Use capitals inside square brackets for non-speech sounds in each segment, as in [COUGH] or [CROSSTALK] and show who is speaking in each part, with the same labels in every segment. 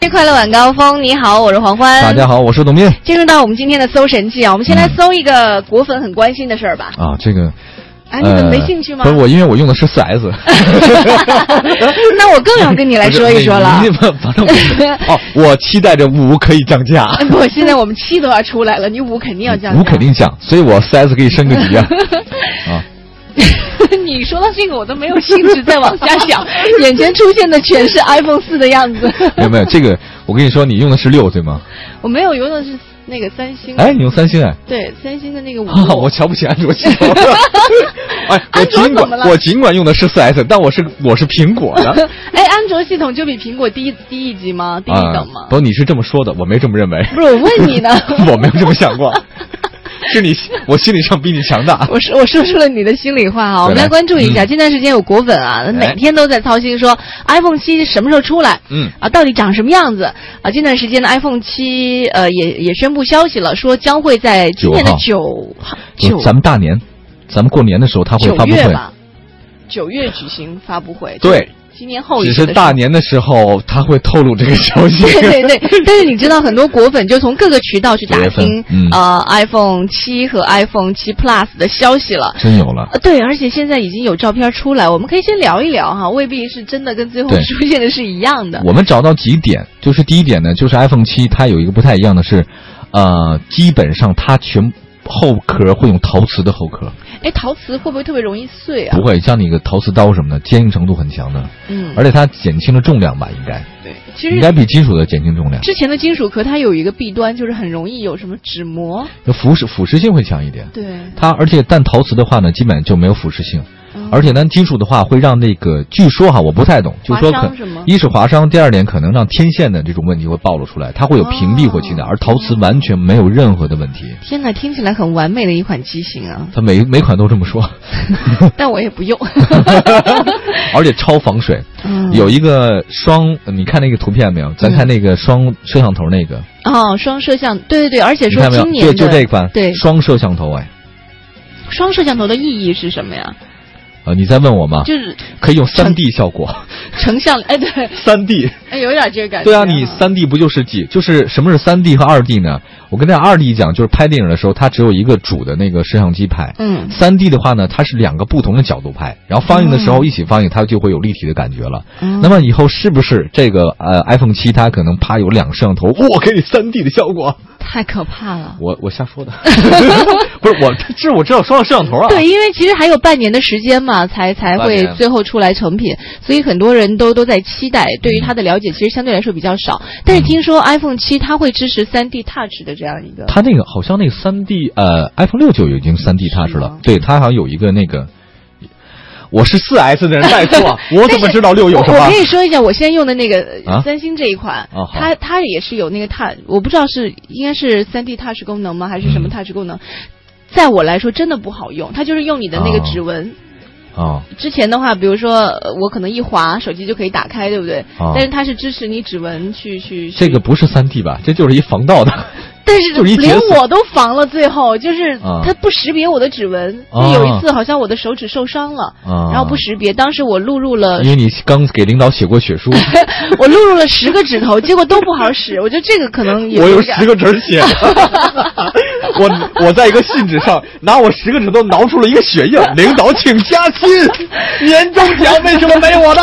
Speaker 1: 是快乐晚高峰，你好，我是黄欢。
Speaker 2: 大家好，嗯我是董斌。
Speaker 1: 进入到我们今天的搜神记啊，我们先来搜一个果粉很关心的事儿吧。
Speaker 2: 啊，这个，
Speaker 1: 啊，你怎么没兴趣吗？
Speaker 2: 呃不是我，因为我用的是四 S。
Speaker 1: [LAUGHS] 那我更要 [LAUGHS] 跟你来说一说了
Speaker 2: 不是。你反
Speaker 1: [LAUGHS]
Speaker 2: 正我哦，我期待着五可以降价，
Speaker 1: 哎 [LAUGHS] 不，现在我们七都要出来了，你五肯定要降价。
Speaker 2: 五肯。定降，所以我四 S 可以升个级啊。啊，
Speaker 1: [LAUGHS] 你说到这个，我都没有兴致再往下
Speaker 2: [LAUGHS]
Speaker 1: 想，眼前出现的全是 iPhone 四的样子。 [LAUGHS]
Speaker 2: 没有没有，这个我跟你说，你用的是六对吗？
Speaker 1: 我没有用的是那个三星。
Speaker 2: 哎，你用三星哎。
Speaker 1: 对，三星的那个嗯五。
Speaker 2: 啊， [LAUGHS] 我瞧不起安卓
Speaker 1: [LAUGHS]
Speaker 2: 系统。哎，我
Speaker 1: 安卓
Speaker 2: 尽
Speaker 1: 怎么
Speaker 2: 管
Speaker 1: 了
Speaker 2: 我尽管用的是四 S，但我是我是苹果的。
Speaker 1: [LAUGHS] 哎，安卓系统就比苹果低低一级吗？低一等吗？
Speaker 2: 啊不，你是这么说的，我没这么认为。。
Speaker 1: 不是，我问你呢
Speaker 2: [LAUGHS] 我没有这么
Speaker 1: [LAUGHS]
Speaker 2: 想过，是你，我心理上比你强大。
Speaker 1: 我说我说出了你的心里话啊，我们来关注一下。
Speaker 2: 嗯哎
Speaker 1: 近段时间有果粉啊，每天都在操心说 iPhone 七什么时候出来
Speaker 2: 嗯，
Speaker 1: 啊，到底长什么样子啊？近段时间的 iPhone 七呃也也宣布消息了，说将会在今年的九九
Speaker 2: 就嗯咱们大年，咱们过年的时候他会有
Speaker 1: 九
Speaker 2: 发布
Speaker 1: 月
Speaker 2: 会，
Speaker 1: 吧，九月举行发布会。
Speaker 2: 对，
Speaker 1: 今年后一
Speaker 2: 只
Speaker 1: 些
Speaker 2: 是
Speaker 1: 的事 [LAUGHS]
Speaker 2: 大。年的时候他会透露这个消息。
Speaker 1: 对对对，但是你知道很多果粉就从各个渠道去打
Speaker 2: 九月
Speaker 1: 听
Speaker 2: 份、嗯
Speaker 1: 呃 iPhone 七和 iPhone 七 Plus 的消息了。
Speaker 2: 真有了，
Speaker 1: 呃，对，而且现在已经有照片出来，我们可以先聊一聊哈，未必是真的跟最后
Speaker 2: 对
Speaker 1: 出现的是一样的。
Speaker 2: 我们找到几点，就是第一点呢，就是 iPhone 七它有一个不太一样的是，呃，基本上它全后壳会用陶瓷的后壳，
Speaker 1: 哎，陶瓷会不会特别容易碎啊
Speaker 2: 不？会像那个陶瓷刀什么的，坚硬程度很强的，
Speaker 1: 嗯，
Speaker 2: 而且它减轻了重量吧，应该
Speaker 1: 对，其
Speaker 2: 应
Speaker 1: 实
Speaker 2: 该比金属的减轻重量，
Speaker 1: 之前的金属壳它有一个弊端，就是很容易有什么指磨。
Speaker 2: 就腐蚀腐蚀性会强一点。
Speaker 1: 对，
Speaker 2: 它而且但陶瓷的话呢，基本就没有腐蚀性，
Speaker 1: 嗯
Speaker 2: 而且呢，金属的话会让那个，据说哈，我不太懂，就
Speaker 1: 划
Speaker 2: 说
Speaker 1: 伤
Speaker 2: 可
Speaker 1: 是吗
Speaker 2: 一是划伤，第二点可能让天线的这种问题会暴露出来，它会有屏蔽或侵的，
Speaker 1: 哦
Speaker 2: 而陶瓷完全没有任何的问题。
Speaker 1: 天哪，听起来很完美的一款机型
Speaker 2: [LAUGHS]
Speaker 1: 啊！
Speaker 2: 它每每款都这
Speaker 1: [LAUGHS]
Speaker 2: 么说，
Speaker 1: 但我也
Speaker 2: [LAUGHS]
Speaker 1: 不用。
Speaker 2: 而且超防水。
Speaker 1: 嗯
Speaker 2: 有一个双，你看那个图片没有？咱看那个双摄像头那个，
Speaker 1: 哦，双摄像，对对对，而且
Speaker 2: 你
Speaker 1: 说
Speaker 2: 看没有？
Speaker 1: 今年
Speaker 2: 对，
Speaker 1: 的
Speaker 2: 就这款，
Speaker 1: 对
Speaker 2: 双摄像头哎。
Speaker 1: 双摄像头的意义是什么呀？
Speaker 2: 啊，你在问我吗？
Speaker 1: 就是
Speaker 2: 可以用三 D 效果，
Speaker 1: 成像，哎对，
Speaker 2: 三 D。
Speaker 1: 哎有点这个感觉。
Speaker 2: 对啊，你三 D 不就是几？就是什么是三 D 和二 D 呢？我跟大家二 D 讲，就是拍电影的时候，它只有一个主的那个摄像机拍。
Speaker 1: 嗯
Speaker 2: 三 D 的话呢，它是两个不同的角度拍，然后放映的时候
Speaker 1: 嗯
Speaker 2: 一起放映，它就会有立体的感觉了。
Speaker 1: 嗯
Speaker 2: 那么以后是不是这个呃 iPhone 七它可能啪有两个摄像头，我给你三 D 的效
Speaker 1: [LAUGHS]
Speaker 2: 果？
Speaker 1: 太可怕了。
Speaker 2: 我我瞎说的， [LAUGHS] 不是我这我知道说到摄像头啊，
Speaker 1: 对，因为其实还有半年的时间嘛，才才
Speaker 2: 半
Speaker 1: 会
Speaker 2: 年
Speaker 1: 最后出来成品，所以很多人都都在期待。对于它的了解，其实相对来说比较少。但是听说 iPhone 七它会支持 3D Touch 的这样一个，
Speaker 2: 嗯它那个好像那个三 D 呃 iPhone 六就已经三 D
Speaker 1: 是吗
Speaker 2: Touch 了，对，它好像有一个那个。我是四 S 的人，拜
Speaker 1: [LAUGHS]
Speaker 2: 托，我怎么知道六有
Speaker 1: 我
Speaker 2: 什
Speaker 1: 我
Speaker 2: 么
Speaker 1: 可？以说一下，我现在用的那个
Speaker 2: 啊
Speaker 1: 三星这一款，
Speaker 2: 哦好
Speaker 1: 它它也是有那个 Touch，我不知道是应该是 3D Touch 功能吗，还是什么
Speaker 2: 嗯
Speaker 1: Touch 功能？在我来说真的不好用，它就是用你的那个
Speaker 2: 哦
Speaker 1: 指纹
Speaker 2: 啊，
Speaker 1: 之前的话，比如说呃我可能一滑手机就可以打开，对不对？
Speaker 2: 哦
Speaker 1: 但是它是支持你指纹去去。
Speaker 2: 这个不是三 D 吧？这就是一
Speaker 1: [LAUGHS]
Speaker 2: 防盗的。啊
Speaker 1: 但是
Speaker 2: 就是一
Speaker 1: 连
Speaker 2: 解锁
Speaker 1: 我都防了，最后就是
Speaker 2: 啊
Speaker 1: 它不识别我的指纹。
Speaker 2: 啊
Speaker 1: 就有一次好像我的手指受伤了，
Speaker 2: 啊
Speaker 1: 然后不识别，当时我录入了 [LAUGHS]
Speaker 2: 因。为你刚给领导写过血书，
Speaker 1: 我录入了十个指头，结果都不好使。我觉得这个可能也
Speaker 2: 我有
Speaker 1: 点
Speaker 2: 十个指儿写
Speaker 1: [LAUGHS]
Speaker 2: 的。我我在一个信纸上拿我十个指头挠出了一个血印，领导请加薪，
Speaker 1: [LAUGHS]
Speaker 2: 年终奖为什么没我呢？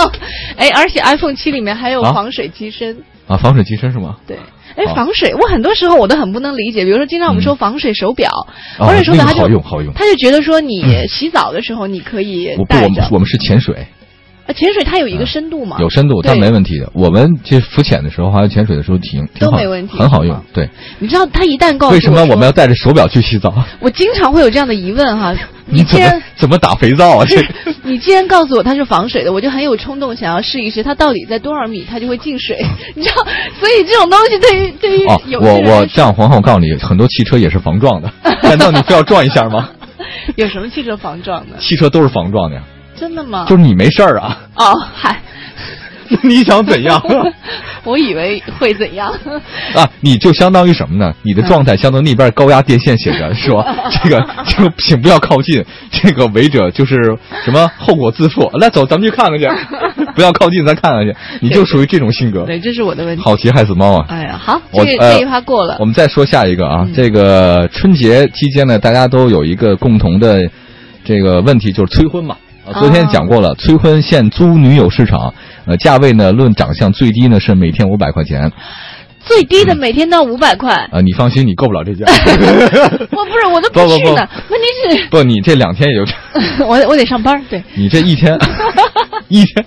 Speaker 1: 哎，而且 iPhone 七里面还有
Speaker 2: 啊
Speaker 1: 防水机身。
Speaker 2: 啊，防水机身是吗？
Speaker 1: 对，哎，
Speaker 2: 哦
Speaker 1: 防水，我很多时候我都很不能理解。比如说，经常我们
Speaker 2: 嗯
Speaker 1: 说防水手表，
Speaker 2: 哦
Speaker 1: 防水手表
Speaker 2: 那
Speaker 1: 他
Speaker 2: 个
Speaker 1: 就
Speaker 2: 好用好用嗯
Speaker 1: 他就觉得说你洗澡的时候你可以
Speaker 2: 我不，
Speaker 1: 带
Speaker 2: 我们
Speaker 1: 着。
Speaker 2: 我们是潜水，
Speaker 1: 啊，潜水它有一个深度嘛？
Speaker 2: 有深度，
Speaker 1: 对
Speaker 2: 但没问题的。我们这浮潜的时候还有潜水的时候挺挺
Speaker 1: 都
Speaker 2: 好，
Speaker 1: 没问题
Speaker 2: 很好
Speaker 1: 是
Speaker 2: 用
Speaker 1: 吗。
Speaker 2: 对，
Speaker 1: 你知道他一旦告诉
Speaker 2: 为什么
Speaker 1: 我
Speaker 2: 我
Speaker 1: 说
Speaker 2: 们要带着手表去洗澡？
Speaker 1: 我经常会有这样的疑问
Speaker 2: [LAUGHS]
Speaker 1: 哈。你既
Speaker 2: 怎
Speaker 1: 然
Speaker 2: 么怎么打肥
Speaker 1: [LAUGHS]
Speaker 2: 皂 [LAUGHS] 啊？这个
Speaker 1: 你既然告诉我它是防水的，我就很有冲动想要试一试，它到底在多少米它就会进水， [LAUGHS] 你知道？所以这种东西对于对于
Speaker 2: 哦，
Speaker 1: 有些
Speaker 2: 我
Speaker 1: 人
Speaker 2: 我
Speaker 1: 来说
Speaker 2: 这样，黄黄，我告诉你，很多汽车也是防撞
Speaker 1: [LAUGHS]
Speaker 2: 的，难道你非要撞一下吗？
Speaker 1: 有什么汽车防撞的？
Speaker 2: 汽车都是防撞的呀，
Speaker 1: 真的吗？
Speaker 2: 就是你没事儿啊。 [LAUGHS]
Speaker 1: 哦，嗨，
Speaker 2: 那你想怎样？
Speaker 1: 我以为会怎样？
Speaker 2: 啊，你就相当于什么呢？你的
Speaker 1: 嗯
Speaker 2: 状态相当于那边高压电线写着
Speaker 1: [LAUGHS]
Speaker 2: 说，这个这个请不要靠近，这个违者就是什么后果自负。来走，咱们去 [LAUGHS] 看看去，不要靠近，咱看看去。你就属于这种性格，
Speaker 1: 对，这是我的问题。
Speaker 2: 好奇害死猫啊！
Speaker 1: 哎呀，好，
Speaker 2: 我
Speaker 1: 这个
Speaker 2: 呃
Speaker 1: 这一趴过了
Speaker 2: 我。们再说下一个啊，
Speaker 1: 嗯
Speaker 2: 这个春节期间呢，大家都有一个共同的这个问题，就是催婚嘛。啊昨天
Speaker 1: 哦
Speaker 2: 讲过了，催婚现租女友市场，呃，价位呢论长相最低呢是每天五百块钱，
Speaker 1: 最低
Speaker 2: 嗯
Speaker 1: 的每天到五百块，
Speaker 2: 呃，你放心，你够不了这价。
Speaker 1: [LAUGHS] 我不是我都
Speaker 2: 不不
Speaker 1: 去呢。 [LAUGHS] 问题是，
Speaker 2: 不，你这两天也
Speaker 1: [LAUGHS]
Speaker 2: 就，
Speaker 1: 我我得上班儿，对，
Speaker 2: 你这一天，一天，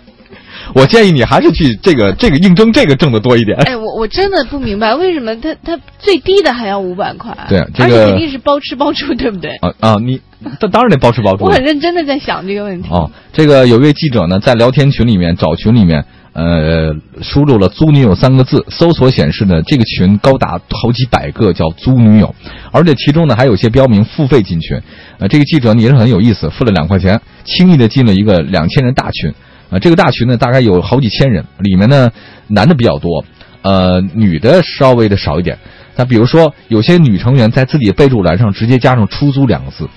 Speaker 2: 我建议你还是去这个这个应征这个挣的多
Speaker 1: [LAUGHS]
Speaker 2: 一点。
Speaker 1: 哎，我我真的不明白为什么他他最低的还要五百块，啊
Speaker 2: 对这
Speaker 1: 而
Speaker 2: 个
Speaker 1: 且肯定是包吃包住，对不对？
Speaker 2: 啊啊，你当当然得包吃包住
Speaker 1: 我。很认真的在想这个问题。
Speaker 2: 哦，这个有位记者呢，在聊天群里面找群里面，呃，输入了“租女友”三个字，搜索显示呢，这个群高达好几百个叫“租女友”，而且其中呢还有些标明付费进群。呃，这个记者呢也是很有意思，付了两块钱，轻易的进了一个两千人大群。呃，这个大群呢大概有好几千人，里面呢男的比较多，呃，女的稍微的少一点。那比如说，有些女成员在自己的备注栏上直接加上“出租”两个字，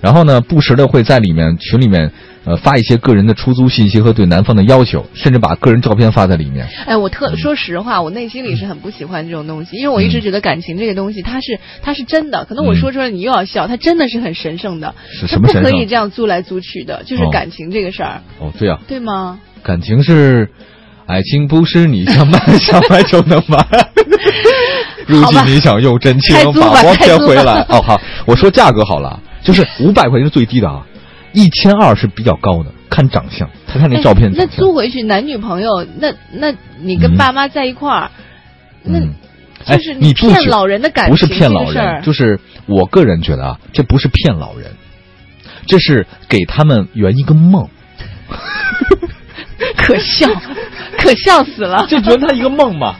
Speaker 2: 然后呢，不时的会在里面群里面，呃，发一些个人的出租信息和对男方的要求，甚至把个人照片发在里面。
Speaker 1: 哎，我特说实话，我内心里是很不喜欢这种东西，因为我
Speaker 2: 嗯
Speaker 1: 一直觉得感情这个东西，它是它是真的，可能我说出来你又要笑，它真的是很神圣的，
Speaker 2: 是嗯什么
Speaker 1: 它
Speaker 2: 神
Speaker 1: 不可
Speaker 2: 圣
Speaker 1: 以这样租来租去的，就是
Speaker 2: 哦
Speaker 1: 感情这个事儿，
Speaker 2: 哦，对啊，
Speaker 1: 对吗？
Speaker 2: 感情是，爱情不是你想买想买就能
Speaker 1: [LAUGHS]
Speaker 2: 买。如今你想用真情
Speaker 1: 开租吧
Speaker 2: 把我
Speaker 1: 开
Speaker 2: 骗
Speaker 1: 租
Speaker 2: 回
Speaker 1: 吧
Speaker 2: 来。哦，好，我说价格好了，就是五百块钱是最低的啊，一千二是比较高的，看长相，他看那照片
Speaker 1: 哎
Speaker 2: 长
Speaker 1: 那
Speaker 2: 相。
Speaker 1: 租回去男女朋友，那那你
Speaker 2: 嗯
Speaker 1: 跟爸妈在一块儿，那
Speaker 2: 嗯哎
Speaker 1: 就是，
Speaker 2: 你不
Speaker 1: 骗
Speaker 2: 许
Speaker 1: 老人的感情，
Speaker 2: 不是骗老
Speaker 1: 这个事儿
Speaker 2: 人，就是我个人觉得啊，这不是骗老人，这是给他们圆一个梦，
Speaker 1: 可笑，可笑死了。
Speaker 2: 就圆他一个梦嘛，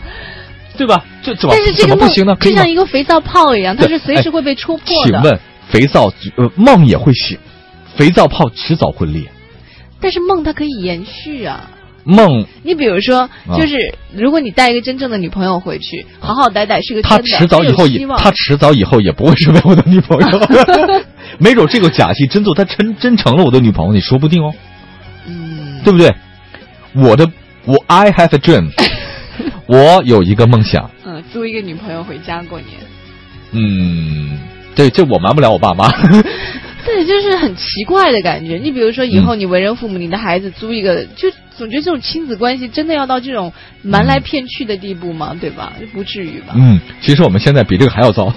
Speaker 2: 对吧？这怎么
Speaker 1: 但是这
Speaker 2: 怎
Speaker 1: 个
Speaker 2: 么不
Speaker 1: 梦
Speaker 2: 行呢？可
Speaker 1: 就
Speaker 2: 以吗
Speaker 1: 像一个肥皂泡一样，它
Speaker 2: 对哎
Speaker 1: 是随时会被戳破
Speaker 2: 请
Speaker 1: 的。
Speaker 2: 问肥皂呃梦也会醒，肥皂泡迟早会裂，
Speaker 1: 但是梦它可以延续啊。
Speaker 2: 梦
Speaker 1: 你比如说
Speaker 2: 啊，
Speaker 1: 就是如果你带一个真正的女朋友回去，好好歹歹是个真
Speaker 2: 他
Speaker 1: 的，
Speaker 2: 迟早以后
Speaker 1: 这有
Speaker 2: 也
Speaker 1: 希望
Speaker 2: 他迟早以后也不会成为我的女朋友， [LAUGHS] 没准这个假戏真做，他真真成了我的女朋友，你说不定哦。
Speaker 1: 嗯，
Speaker 2: 对不对？我的我 I have a dream，我有一个梦想。
Speaker 1: 嗯，租一个女朋友回家过年，
Speaker 2: 嗯，对，这我瞒不了我爸妈。
Speaker 1: 对，就是很奇怪的感觉。你比如说，以后你为人父母，你的孩子租一个，就总觉得这种亲子关系真的要到这种瞒来骗去的地步吗？对吧？不至于
Speaker 2: [LAUGHS]
Speaker 1: 吧？ [LAUGHS]
Speaker 2: 嗯，其实我们现在比这个还要糟。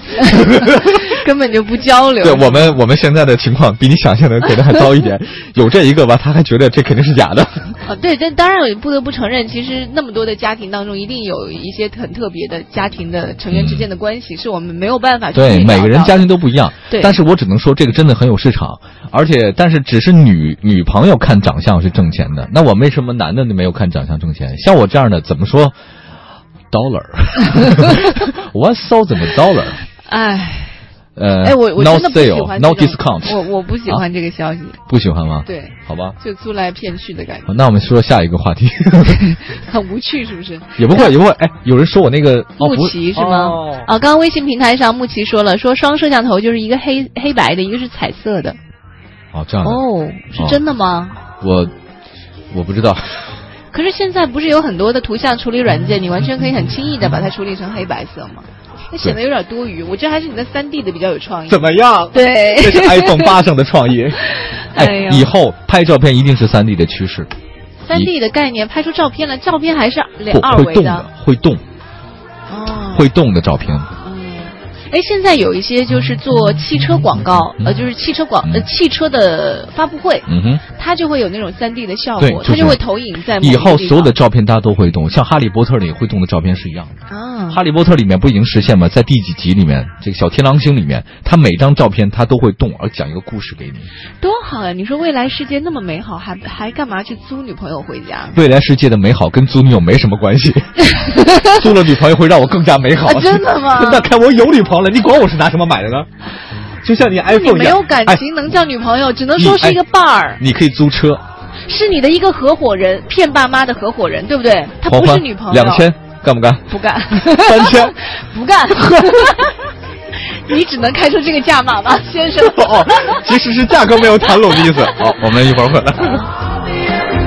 Speaker 1: 根本就不交流。
Speaker 2: 对我们我们现在的情况比你想象的给的还糟一点。有这一个吧，他还觉得这肯定是假的。
Speaker 1: 啊，对，但当然也不得不承认，其实那么多的家庭当中，一定有一些很特别的家庭的成员之间的关系，是我们没有办法去
Speaker 2: 对，
Speaker 1: 预料
Speaker 2: 每个人
Speaker 1: 到
Speaker 2: 家
Speaker 1: 的
Speaker 2: 庭都不一样。
Speaker 1: 对
Speaker 2: 但是我只能说这个真的很有市场，而且但是只是女女朋友看长相是挣钱的，那我为什么男的没有看长相挣钱？像我这样的怎么说？dollar，one [LAUGHS] thousand dollar，
Speaker 1: 哎
Speaker 2: 呃，
Speaker 1: 哎，我我
Speaker 2: no
Speaker 1: 真的不喜欢
Speaker 2: sale，no
Speaker 1: 这种
Speaker 2: discount，
Speaker 1: 我我不喜欢这个消息，
Speaker 2: 不喜欢吗？，
Speaker 1: 对，
Speaker 2: 好吧。
Speaker 1: 就租来骗去的感觉，
Speaker 2: 好那我们说下一个话题， [LAUGHS]
Speaker 1: 很无趣，是不是？
Speaker 2: 也不会，也不会。哎，有人说我那个哦
Speaker 1: 穆
Speaker 2: 不
Speaker 1: 奇是吗？
Speaker 2: 哦
Speaker 1: 啊，刚刚微信平台上穆奇说了，说双摄像头就是一个黑黑白的，一个是彩色的。
Speaker 2: 哦，这样的，
Speaker 1: 哦，是
Speaker 2: 哦
Speaker 1: 真的吗？
Speaker 2: 我我不知道。
Speaker 1: 可是现在不是有很多的图像处理软
Speaker 2: 嗯
Speaker 1: 件，你完全可以很轻易的把它处理成黑白色吗？那显得有点多余。我觉得还是你的三 D 的比较有创意。
Speaker 2: 怎么样？
Speaker 1: 对，
Speaker 2: 这是 iPhone 八上的
Speaker 1: [LAUGHS]
Speaker 2: 创意。
Speaker 1: 哎
Speaker 2: 哎
Speaker 1: 呀，
Speaker 2: 以后拍照片一定是三 D 的趋势，
Speaker 1: [LAUGHS] 三 D 的概念拍出照片了，照片还是两
Speaker 2: 不
Speaker 1: 二
Speaker 2: 会
Speaker 1: 维嗯
Speaker 2: 动的，会动
Speaker 1: 哦，
Speaker 2: 会动的照片。
Speaker 1: 嗯。哎，现在有一些就是做汽车广告，呃，就是汽车广呃
Speaker 2: 嗯
Speaker 1: 汽车的发布会，
Speaker 2: 嗯哼，
Speaker 1: 它就会有那种三 D 的效
Speaker 2: 对
Speaker 1: 果，
Speaker 2: 就
Speaker 1: 它
Speaker 2: 是
Speaker 1: 哦就会投影在某
Speaker 2: 以
Speaker 1: 一个
Speaker 2: 后
Speaker 1: 地
Speaker 2: 所有的
Speaker 1: 方
Speaker 2: 照片它都会动，像《哈利波特》里会动的照片是一样的。《
Speaker 1: 啊，
Speaker 2: 哈利波特》里面不已经实现吗？在第几集里面，这个小天狼星里面，它每张照片它都会动，而讲一个故事给你。
Speaker 1: 多好啊呀！你说未来世界那么美好，还还干嘛去租女朋友回
Speaker 2: [LAUGHS]
Speaker 1: 家？
Speaker 2: 未来世界的美好跟租女友没什么
Speaker 1: [LAUGHS]
Speaker 2: 关系，租了女朋友会让我更加美好。
Speaker 1: 啊真的吗
Speaker 2: [LAUGHS] 那看我有女朋友了，你管我是拿什么买的呢？就像你
Speaker 1: 你
Speaker 2: iPhone 一样，
Speaker 1: 没有感
Speaker 2: 哎
Speaker 1: 情能叫女朋友，只能说是一个伴儿。
Speaker 2: 你可以租车，
Speaker 1: 是你的一个合伙人，骗爸妈的合伙人，对不对？她
Speaker 2: 欢
Speaker 1: 不是
Speaker 2: 欢
Speaker 1: 女朋友。
Speaker 2: 两千，干不
Speaker 1: [LAUGHS]
Speaker 2: 干？
Speaker 1: 不干，
Speaker 2: 三千，
Speaker 1: [LAUGHS] 不
Speaker 2: [LAUGHS]
Speaker 1: 干。你只能开出这个价码吧，先
Speaker 2: [LAUGHS]
Speaker 1: 生。
Speaker 2: 哦，其实是价格没有谈拢的意思。好，我们一会儿回
Speaker 1: [LAUGHS]
Speaker 2: 来。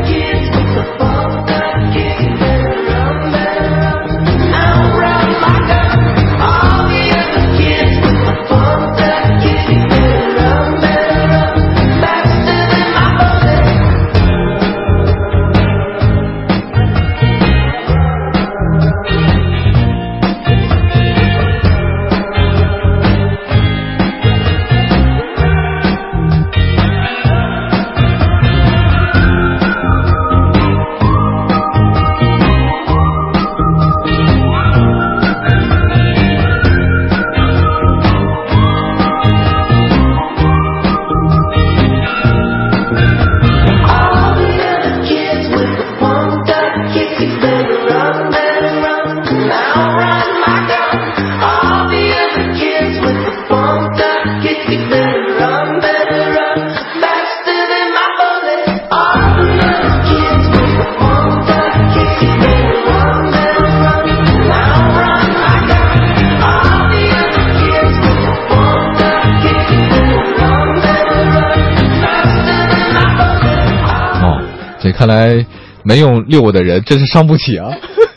Speaker 2: 哦，这看来没用六的人真是伤
Speaker 1: [LAUGHS]
Speaker 2: 不起啊，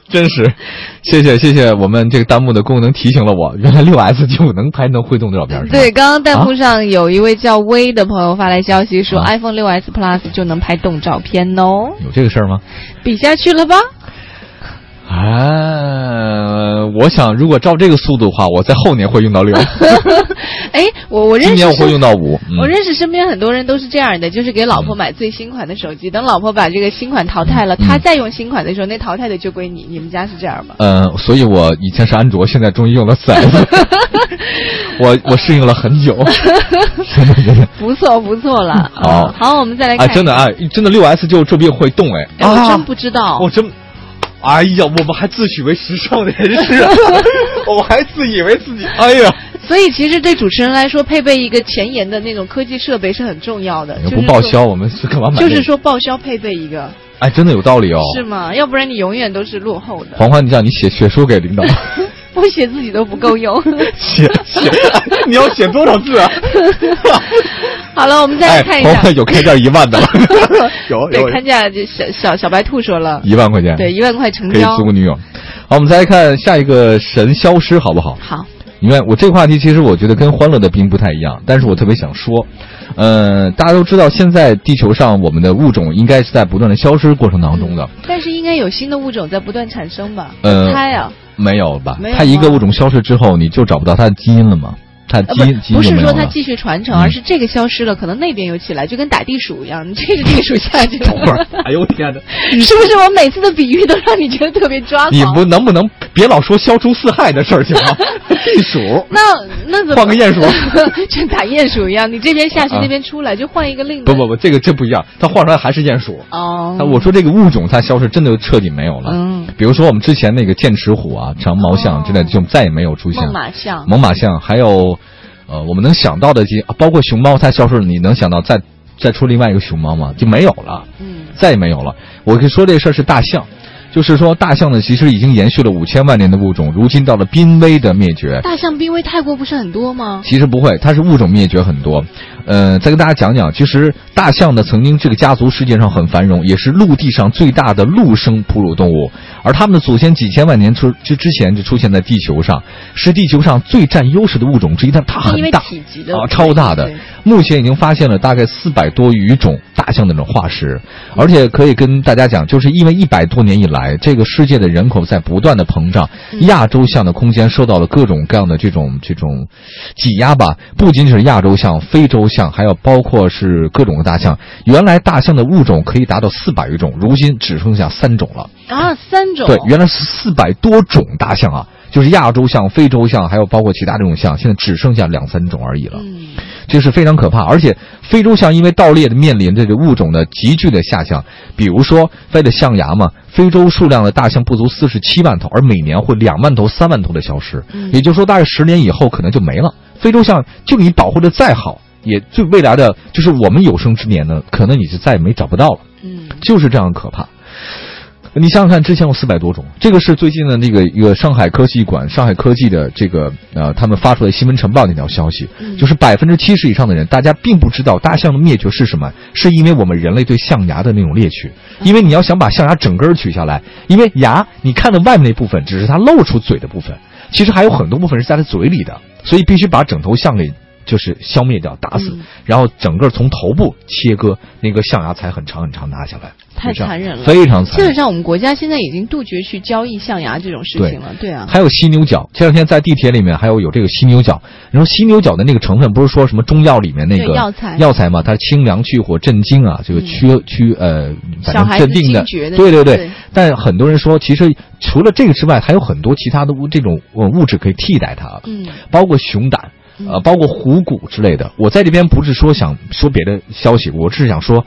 Speaker 2: 真是。谢谢谢谢，我们这个弹幕的功能提醒了我，原来六 S 就能拍能会动的照片是吧？
Speaker 1: 对，，刚刚弹幕上有一位叫薇的朋友发来消息说、
Speaker 2: 啊
Speaker 1: i p h o n e 6s Plus 就能拍动照片哦，
Speaker 2: 有这个事儿吗？
Speaker 1: 比下去
Speaker 2: [LAUGHS]
Speaker 1: 了吧？
Speaker 2: 啊，我想如果照这个速度的话，我在后年会用到六，
Speaker 1: [LAUGHS] 哎，我我认识
Speaker 2: 今年我会
Speaker 1: 身
Speaker 2: 用到五。嗯
Speaker 1: 我认识身边很多人都是这样的，就是给老婆买最新款的手机，等老婆把这个新款淘汰了，
Speaker 2: 嗯
Speaker 1: 她再用新款的时候，那淘汰的就归你。你们家是这样吗？
Speaker 2: 呃，所以我以前是安卓，现在终于用了
Speaker 1: [LAUGHS]
Speaker 2: 四 S，我我适应了很久，
Speaker 1: 哎
Speaker 2: 真的真的，
Speaker 1: 不错，不错了。
Speaker 2: 好
Speaker 1: 啊好，我们再来
Speaker 2: 哎，
Speaker 1: 看。
Speaker 2: 真的，哎，真的六 S 就这边会动哎，
Speaker 1: 哎，
Speaker 2: 啊，
Speaker 1: 我真不知道。
Speaker 2: 我真，哎呀，我们还自诩为时尚人士，
Speaker 1: [LAUGHS]
Speaker 2: 我们还自以为自己，哎呀，
Speaker 1: 所以其实对主持人来说，配备一个前沿的那种科技设备是很重要的。就是
Speaker 2: 哎不报
Speaker 1: 说
Speaker 2: 销，我们是干嘛买？
Speaker 1: 就是，说报销配备一个，
Speaker 2: 哎，真的有道理哦。
Speaker 1: 是吗？要不然你永远都是落后的。
Speaker 2: 黄欢，你让你写血书给领导， [LAUGHS]
Speaker 1: 我写自己都不够用。
Speaker 2: 写写，你要写多少字啊？
Speaker 1: 好了，我 [LAUGHS] 们再来看一
Speaker 2: 哎黄
Speaker 1: 下。
Speaker 2: 欢有开价一万的了，
Speaker 1: [LAUGHS]
Speaker 2: 有
Speaker 1: 对，
Speaker 2: 有
Speaker 1: 看价就小小小白兔说了，
Speaker 2: 一万块钱，
Speaker 1: 对，，一万块成
Speaker 2: 可以
Speaker 1: 交。
Speaker 2: 租女友。好，我们再来看下一个神消失好不好？
Speaker 1: 好，
Speaker 2: 你看，我这个话题其实我觉得跟欢乐的并不太一样，但是我特别想说，呃，大家都知道，现在地球上我们的物种应该是在不断的消失过程当中的，
Speaker 1: 但是应该有新的物种在不断产生吧？
Speaker 2: 呃
Speaker 1: 猜啊，
Speaker 2: 没有吧
Speaker 1: 没有？吗
Speaker 2: 它一个物种消失之后，你就找不到它的基因了吗？它的
Speaker 1: 呃
Speaker 2: 基因、基
Speaker 1: 不不
Speaker 2: 因就是没有
Speaker 1: 说它
Speaker 2: 了？ [LAUGHS]
Speaker 1: 继续传承，
Speaker 2: 嗯
Speaker 1: 而是这个消失了，可能那边又起来，就跟打地鼠一样，你这个地鼠下
Speaker 2: [LAUGHS]
Speaker 1: 去了。
Speaker 2: 会儿，哎呦我天哪！
Speaker 1: [LAUGHS] 是不是我每次的比喻都让你觉得特别抓
Speaker 2: 你
Speaker 1: 狂？
Speaker 2: 不能不能别老说消除四害的事儿行
Speaker 1: [LAUGHS]
Speaker 2: 吗？地鼠，
Speaker 1: 那那怎么
Speaker 2: 换个鼹鼠？
Speaker 1: [LAUGHS] 就打鼹鼠一样，你这边下去，
Speaker 2: 啊
Speaker 1: 那边出来，就换一个另的。
Speaker 2: 不不不，这个真不一样，它换出来还是鼹鼠。
Speaker 1: 哦
Speaker 2: 那，我说这个物种它消失真的彻底没有了。
Speaker 1: 嗯，
Speaker 2: 比如说我们之前那个剑齿虎啊、长毛象之类的，就再也没有出现。
Speaker 1: 孟马象，
Speaker 2: 猛犸象，还有呃，我们能想到的这些，啊包括熊猫，它消失了，你能想到再再出另外一个熊猫吗？就没有了，
Speaker 1: 嗯，
Speaker 2: 再也没有了。我跟你说这事儿是大象，就是说大象呢，其实已经延续了五千万年的物种，如今到了濒危的灭绝。
Speaker 1: 大象濒危泰国不是很多吗？
Speaker 2: 其实不会，它是物种灭绝很多。呃，再跟大家讲讲，其实大象呢，曾经这个家族世界上很繁荣，也是陆地上最大的陆生哺乳动物，而它们的祖先几千万年出之之前就出现在地球上，是地球上最占优势的物种之一，但它
Speaker 1: 是因
Speaker 2: 很
Speaker 1: 为
Speaker 2: 大。
Speaker 1: 体积的
Speaker 2: 啊，超大的
Speaker 1: 对，
Speaker 2: 目前已经发现了大概四百多余种大象的那种化石，
Speaker 1: 嗯
Speaker 2: 而且可以跟大家讲，就是因为一百多年以来，这个世界的人口在不断的膨胀，
Speaker 1: 嗯
Speaker 2: 亚洲象的空间受到了各种各样的这种这种挤压吧，不仅仅是亚洲象、非洲象，还有包括是各种的大象。原来大象的物种可以达到四百余种，如今只剩下三种了。
Speaker 1: 啊，三种。
Speaker 2: 对，原来是四百多种大象啊，就是亚洲象、非洲象，还有包括其他这种象，现在只剩下两三种而已了。
Speaker 1: 嗯，
Speaker 2: 这是非常可怕。而且非洲象因为盗猎的面临着这个物种的急剧的下降，比如说为了象牙嘛，非洲数量的大象不足四十七万头，而每年会两万头、三万头的消失，
Speaker 1: 嗯
Speaker 2: 也就是说大概十年以后可能就没了。非洲象就你保护的再好，也最未来的就是我们有生之年呢，可能你就再也没找不到了。
Speaker 1: 嗯
Speaker 2: 就是这样可怕。你想想看，之前有四百多种，这个是最近的那个一个上海科技馆、上海科技的这个呃，他们发出来新闻晨报那条消息，
Speaker 1: 嗯
Speaker 2: 就是百分之七十以上的人，大家并不知道大象的灭绝是什么，是因为我们人类对象牙的那种猎取。
Speaker 1: 嗯
Speaker 2: 因为你要想把象牙整根儿取下来，因为牙你看的外面那部分只是它露出嘴的部分，其实还有很多部分是在它嘴里的，所以必须把整头象给就是消灭掉、打死，
Speaker 1: 嗯
Speaker 2: 然后整个从头部切割，那个象牙才很长很长拿下来。
Speaker 1: 太
Speaker 2: 就这样
Speaker 1: 残忍了
Speaker 2: 非常残
Speaker 1: 基
Speaker 2: 忍
Speaker 1: 本。上我们国家现在已经杜绝去交易象牙这种事情了，对啊，
Speaker 2: 还有犀牛角，前两天在地铁里面还有有这个犀牛角。然后犀牛角的那个成分不是说什么中药里面那个
Speaker 1: 对药材嗯
Speaker 2: 药材嘛，它是清凉去火、镇惊啊，这个驱驱呃，反
Speaker 1: 小孩
Speaker 2: 正
Speaker 1: 子
Speaker 2: 镇定的。
Speaker 1: 惊厥的
Speaker 2: 对对
Speaker 1: 对
Speaker 2: 对。但很多人说，其实除了这个之外，还有很多其他的物这种呃物质可以替代它，
Speaker 1: 嗯
Speaker 2: 包括熊胆。呃，包括虎骨之类的。我在这边不是说想说别的消息，我是想说，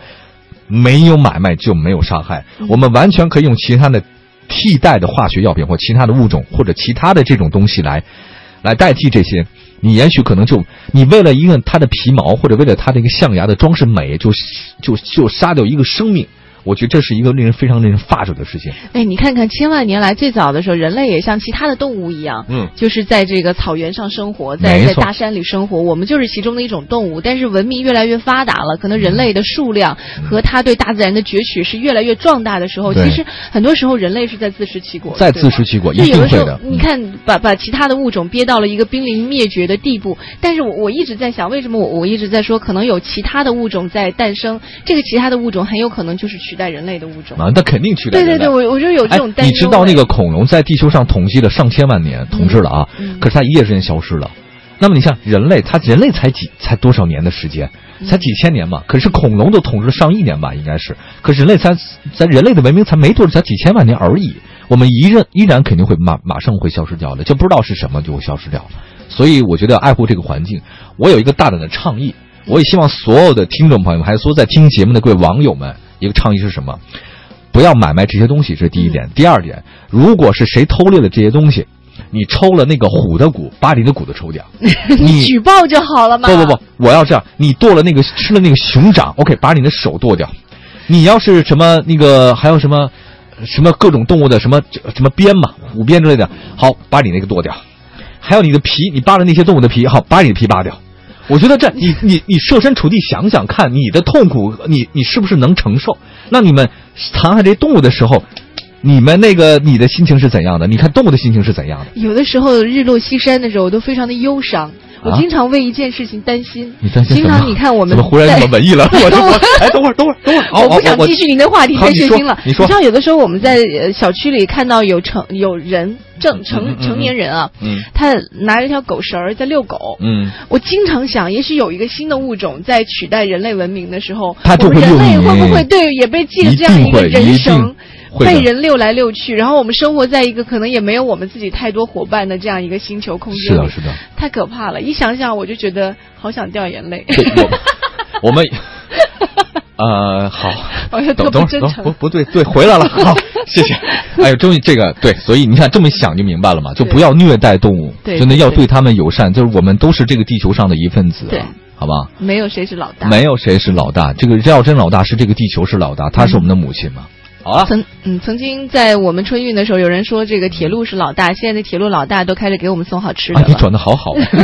Speaker 2: 没有买卖就没有杀害，
Speaker 1: 嗯
Speaker 2: 我们完全可以用其他的替代的化学药品或其他的物种或者其他的这种东西来来代替这些。你也许可能就你为了一个它的皮毛或者为了它的一个象牙的装饰美，就就就杀掉一个生命。我觉得这是一个令人非常令人发指的事情。
Speaker 1: 哎，你看看，千万年来最早的时候，人类也像其他的动物一样，
Speaker 2: 嗯
Speaker 1: 就是在这个草原上生活，在
Speaker 2: 没
Speaker 1: 在
Speaker 2: 错
Speaker 1: 大山里生活，我们就是其中的一种动物。但是文明越来越发达了，可能人类的数量和它对大自然的攫取是越来越壮大的时候，
Speaker 2: 嗯对
Speaker 1: 其实很多时候人类是在自食其果的，
Speaker 2: 在
Speaker 1: 对吧
Speaker 2: 自食其果，
Speaker 1: 就
Speaker 2: 一定
Speaker 1: 有的时
Speaker 2: 会
Speaker 1: 候
Speaker 2: 的。嗯
Speaker 1: 你看，把把其他的物种憋到了一个濒临灭绝的地步，但是我我一直在想，为什么我我一直在说，可能有其他的物种在诞生，这个其他的物种很有可能就是取代人类的物种。
Speaker 2: 啊，那肯定取代
Speaker 1: 对
Speaker 2: 人
Speaker 1: 对
Speaker 2: 类。
Speaker 1: 对，我我就有这种担
Speaker 2: 哎。
Speaker 1: 忧。
Speaker 2: 你知道那个恐龙在地球上统计了上千万年，统治了啊，
Speaker 1: 嗯
Speaker 2: 可是它一夜之间消失了。那么你像人类，它人类才几才多少年的时间，
Speaker 1: 嗯
Speaker 2: 才几千年嘛？可是恐龙都统治了上亿年吧，应该是。可是人类才咱人类的文明才没多少，才几千万年而已。我们一认依然肯定会马马上会消失掉的，就不知道是什么就会消失掉。所以我觉得爱护这个环境，我有一个大胆的倡议，我也希望所有的听众朋友们，还有所有在听节目的各位网友们，一个倡议是什么？不要买卖这些东西，这是第一点。第二点，如果是谁偷猎了这些东西，你抽了那个虎的骨，把你的骨头抽掉。
Speaker 1: 你
Speaker 2: 你
Speaker 1: 举报就好了嘛。
Speaker 2: 不不不，我要这样，你剁了那个吃了那个熊掌，OK，把你的手剁掉。你要是什么那个还有什么什么各种动物的什么什么鞭嘛，虎鞭之类的，好，把你那个剁掉。还有你的皮，你扒了那些动物的皮，好，把你的皮扒掉。我觉得这你你你设身处地想想看，你的痛苦，你你是不是能承受？那你们残害这些动物的时候，你们那个你的心情是怎样的？你看动物的心情是怎样的？
Speaker 1: 有的时候日落西山的时候，我都非常的忧伤。我
Speaker 2: 啊
Speaker 1: 经常为一件事情担心。
Speaker 2: 你担心什
Speaker 1: 经
Speaker 2: 么？啊
Speaker 1: 常你看我们
Speaker 2: 怎么忽然这么
Speaker 1: 在
Speaker 2: 文
Speaker 1: [LAUGHS]
Speaker 2: 艺了？我这我哎，等会儿等会儿等会儿，好
Speaker 1: 我
Speaker 2: 好
Speaker 1: 不想
Speaker 2: 我
Speaker 1: 继续您的话题，
Speaker 2: 好
Speaker 1: 太
Speaker 2: 你
Speaker 1: 血
Speaker 2: 说
Speaker 1: 腥了。
Speaker 2: 你说
Speaker 1: 知道有的时候我们在呃小区里看到有成有人正
Speaker 2: 嗯嗯
Speaker 1: 成
Speaker 2: 嗯
Speaker 1: 成年人啊，
Speaker 2: 嗯
Speaker 1: 他拿着一条狗绳儿在遛狗。
Speaker 2: 嗯，
Speaker 1: 我经常想，也许有一个新的物种在取代人类文明的时候，
Speaker 2: 它就
Speaker 1: 我们
Speaker 2: 会
Speaker 1: 人
Speaker 2: 遛
Speaker 1: 类
Speaker 2: 你
Speaker 1: 会不会对也被记了
Speaker 2: 一
Speaker 1: 这样
Speaker 2: 定
Speaker 1: 一个
Speaker 2: 会
Speaker 1: 人
Speaker 2: 一
Speaker 1: 绳
Speaker 2: 定会的
Speaker 1: 被人遛来遛去，然后我们生活在一个可能也没有我们自己太多伙伴的这样一个星球空间
Speaker 2: 是
Speaker 1: 里，
Speaker 2: 的，是的，
Speaker 1: 太可怕了。一想想我就觉得好想掉眼泪。
Speaker 2: 对
Speaker 1: [LAUGHS]
Speaker 2: 我我们
Speaker 1: [LAUGHS]
Speaker 2: 呃好
Speaker 1: 哎呀，
Speaker 2: 等
Speaker 1: 这不
Speaker 2: 等会
Speaker 1: 真
Speaker 2: 儿，等
Speaker 1: 诚
Speaker 2: 不不对对，回来了，好，谢
Speaker 1: [LAUGHS]
Speaker 2: 谢。哎呦，终于这个对，所以你看这么一想就明白了嘛，就
Speaker 1: 对
Speaker 2: 不要虐待动物，
Speaker 1: 对
Speaker 2: 真的
Speaker 1: 对
Speaker 2: 要
Speaker 1: 对
Speaker 2: 对它们友善，就是我们都是这个地球上的一份子啊，
Speaker 1: 对
Speaker 2: 好吧？
Speaker 1: 没有谁是老大，
Speaker 2: 没有谁是老大，这个要真老大是这个地球是老大，她
Speaker 1: 嗯
Speaker 2: 是我们的母亲嘛。好了，
Speaker 1: 曾嗯，曾经在我们春运的时候，有人说这个铁路是老大，现在的铁路老大都开始给我们送好吃的
Speaker 2: 啊，你 [LAUGHS]
Speaker 1: 了。
Speaker 2: 转的好好。
Speaker 1: [LAUGHS] 哎，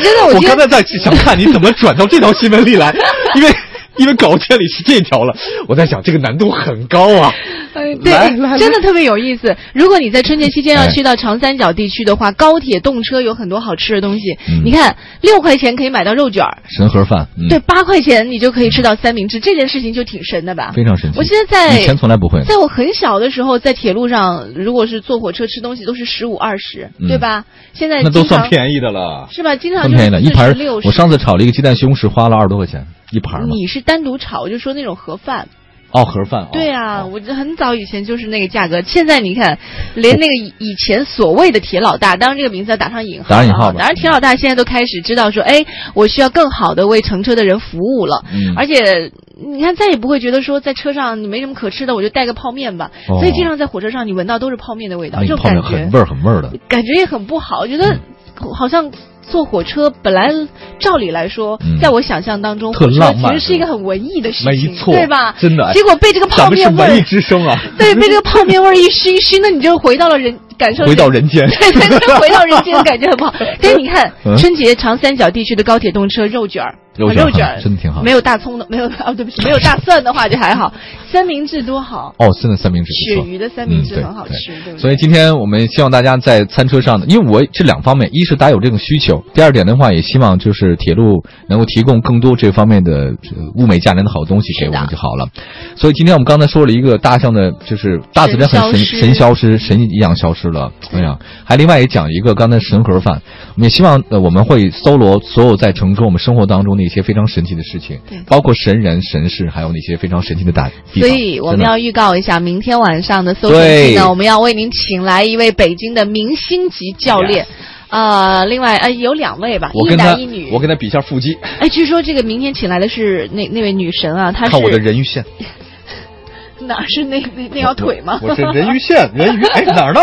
Speaker 1: 真的，
Speaker 2: [LAUGHS] 我
Speaker 1: 觉
Speaker 2: 刚
Speaker 1: 得
Speaker 2: 才在
Speaker 1: [LAUGHS]
Speaker 2: 想看你怎么转到这条新闻里来，因为因为稿件里是这条了，我在想这个难度很高
Speaker 1: [LAUGHS]
Speaker 2: 啊。
Speaker 1: 哎，对，
Speaker 2: 来
Speaker 1: 哎
Speaker 2: 来来
Speaker 1: 真的特别有意思。如果你在春节期间要
Speaker 2: 哎
Speaker 1: 去到长三角地区的话，高铁、动车有很多好吃的东西。
Speaker 2: 嗯
Speaker 1: 你看，六块钱可以买到肉卷儿，
Speaker 2: 神盒饭，嗯，
Speaker 1: 对，，八块钱你就可以吃到三明治，这件事情就挺神的吧？
Speaker 2: 非常神奇。
Speaker 1: 我记得在
Speaker 2: 以前从来不会的，
Speaker 1: 在我很小的时候，在铁路上，如果是坐火车吃东西，都是十五二十，
Speaker 2: 嗯
Speaker 1: 对吧？现在
Speaker 2: 那都
Speaker 1: 经常
Speaker 2: 算便宜的了，
Speaker 1: 是吧？经常
Speaker 2: 算
Speaker 1: 就是
Speaker 2: 便宜的，一盘儿
Speaker 1: 六十。
Speaker 2: 我上次炒了一个鸡蛋西红柿，花了二十多块钱一盘儿嘛。
Speaker 1: 你是单独炒，就说那种盒饭。
Speaker 2: 哦，盒饭，哦
Speaker 1: 对啊，
Speaker 2: 哦
Speaker 1: 我这很早以前就是那个价格，现在你看，连那个以以前所谓的铁老大，当然这个名字要打上引号
Speaker 2: 打
Speaker 1: 了啊，
Speaker 2: 上引号吧
Speaker 1: 当然铁老大现在都开始知道说，哎，我需要更好的为乘车的人服务了。
Speaker 2: 嗯
Speaker 1: 而且你看，再也不会觉得说在车上你没什么可吃的，我就带个泡面吧。
Speaker 2: 哦
Speaker 1: 所以经常在火车上你闻到都是泡面的味道，
Speaker 2: 那
Speaker 1: 这
Speaker 2: 个
Speaker 1: 种
Speaker 2: 泡面
Speaker 1: 感
Speaker 2: 很
Speaker 1: 觉
Speaker 2: 味儿，很味儿的。
Speaker 1: 感觉也很不好，觉得好像坐火车本来照理来说，
Speaker 2: 嗯
Speaker 1: 在我想象当中，
Speaker 2: 特
Speaker 1: 火车
Speaker 2: 浪
Speaker 1: 其
Speaker 2: 漫
Speaker 1: 实是一个很文艺的事情，
Speaker 2: 没错，
Speaker 1: 对吧？
Speaker 2: 真的，
Speaker 1: 结果被这个泡
Speaker 2: 咱们是
Speaker 1: 面味
Speaker 2: 文艺
Speaker 1: 儿，
Speaker 2: 之声啊，
Speaker 1: 对，被这个泡面味儿一熏熏的，你就回到了人，感受
Speaker 2: 回 [LAUGHS] 到人
Speaker 1: [LAUGHS]
Speaker 2: 间。
Speaker 1: 对对对，回到人间感觉很不
Speaker 2: [LAUGHS]
Speaker 1: 好。但是你看
Speaker 2: 嗯，
Speaker 1: 春节长三角地区的高铁动车肉卷儿，
Speaker 2: 肉
Speaker 1: 啊
Speaker 2: 卷儿
Speaker 1: 肉卷儿
Speaker 2: 好真的挺好
Speaker 1: 没有大葱的， [LAUGHS] 没有哦，对不起，没有大蒜的话就还好。三明治多好，
Speaker 2: 哦，真的三明治不
Speaker 1: 鳕
Speaker 2: 错。
Speaker 1: 鱼的三明
Speaker 2: 嗯
Speaker 1: 治
Speaker 2: 对
Speaker 1: 很好吃，对不对？
Speaker 2: 所以今天我们希望大家在餐车上呢，因为我这两方面，一是大家有这种需求，第二点的话，也希望就是铁路能够提供更多这方面的呃物美价廉的好东西给我们
Speaker 1: 是的
Speaker 2: 就好了。所以今天我们刚才说了一个大象的，就是大自然很神神
Speaker 1: 神
Speaker 2: 消失，神一样消失了。哎呀，还另外也讲一个刚才神盒饭，我们也希望呃我们会搜罗所有在城中我们生活当中的一些非常神奇的事情
Speaker 1: 对，
Speaker 2: 包括神人、神事，还有那些非常神奇的大地
Speaker 1: 所
Speaker 2: 方。
Speaker 1: 以我
Speaker 2: 真
Speaker 1: 们
Speaker 2: 的
Speaker 1: 要预告一下，明天晚上的搜
Speaker 2: 对
Speaker 1: 神记呢，我们要为您请来一位北京的明星级教练。呃，另外呃有两位吧，
Speaker 2: 我
Speaker 1: 一
Speaker 2: 跟他
Speaker 1: 男一女。
Speaker 2: 我跟他比一下腹肌，
Speaker 1: 哎，据说这个明天请来的是那那位女神啊，她
Speaker 2: 看我的
Speaker 1: 是
Speaker 2: 人鱼线。
Speaker 1: 哪是那那那条腿吗？
Speaker 2: 我是人鱼线，人鱼哎哪儿呢？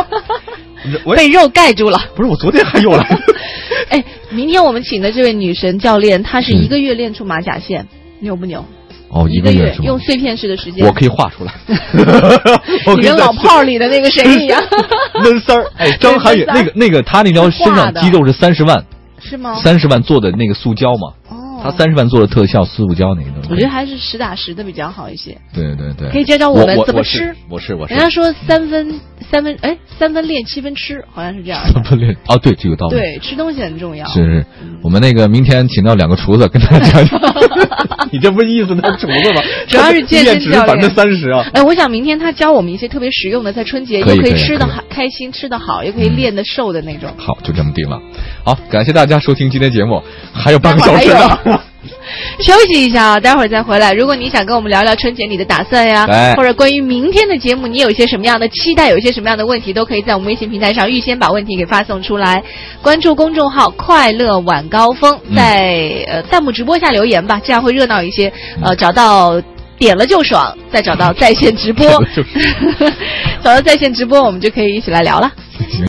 Speaker 2: 我
Speaker 1: 被肉盖住了。
Speaker 2: [LAUGHS] 不是我昨天还有
Speaker 1: [LAUGHS]
Speaker 2: 来，
Speaker 1: 哎，明天我们请的这位女神教练，她是一个月练出马甲线，牛不牛？
Speaker 2: 哦
Speaker 1: 一
Speaker 2: 嗯个
Speaker 1: 月
Speaker 2: 是吗
Speaker 1: 用？碎片式的时间，
Speaker 2: 我可以画
Speaker 1: [LAUGHS]
Speaker 2: 出来，我
Speaker 1: 你跟老
Speaker 2: [LAUGHS]
Speaker 1: 炮儿里的那个谁一样，
Speaker 2: 闷
Speaker 1: [LAUGHS]
Speaker 2: 三儿，哎，张涵予
Speaker 1: 闷三儿
Speaker 2: 那个那个他那条身上肌肉是三十万，
Speaker 1: [LAUGHS] 是吗？
Speaker 2: 三十万做的那个塑胶嘛，
Speaker 1: 哦，
Speaker 2: 他三十万做的特效塑胶那个
Speaker 1: 我
Speaker 2: 东
Speaker 1: 觉
Speaker 2: 西
Speaker 1: 得，还是实打实的比较好一些。
Speaker 2: 对对对，
Speaker 1: 可以教教
Speaker 2: 我
Speaker 1: 们怎么
Speaker 2: 我是
Speaker 1: 吃。
Speaker 2: 我是我是
Speaker 1: 人家说三分三分哎，三分练七分吃，好像是这
Speaker 2: [LAUGHS]
Speaker 1: 样
Speaker 2: 怎
Speaker 1: 的。
Speaker 2: 么练哦，对，这个道理。
Speaker 1: 对，吃东西很重要。
Speaker 2: 是是，我们那个明天请到两个厨子跟大家
Speaker 1: [LAUGHS]
Speaker 2: 讲讲，你这不是意思他厨子吗？
Speaker 1: 主要是健身
Speaker 2: 面值
Speaker 1: 教练
Speaker 2: 百分之三十啊。
Speaker 1: 哎，我想明天他教我们一些特别实用的，在春节
Speaker 2: 可以
Speaker 1: 又可
Speaker 2: 可以
Speaker 1: 吃的
Speaker 2: 可以
Speaker 1: 好开心，吃的好，又可以
Speaker 2: 嗯
Speaker 1: 练的瘦的那种。
Speaker 2: 好，就这么定了。好，感谢大家收听今天节目，还有半个
Speaker 1: 待
Speaker 2: 小
Speaker 1: 会儿
Speaker 2: 时
Speaker 1: 还
Speaker 2: 呢。
Speaker 1: 休息一下啊，待会儿再回来。如果你想跟我们聊聊春节你的打算呀
Speaker 2: 哎，
Speaker 1: 或者关于明天的节目你有一些什么样的期待，有一些什么样的问题，都可以在我们微信平台上预先把问题给发送出来。关注公众号“快乐晚高峰
Speaker 2: 嗯”，
Speaker 1: 在、呃弹幕直播下留言吧，这样会热闹一些。呃，找到。点了就呃爽，再找到在线直播
Speaker 2: 点了就，
Speaker 1: [LAUGHS] 找到在线直播，我们就可以一起来聊了。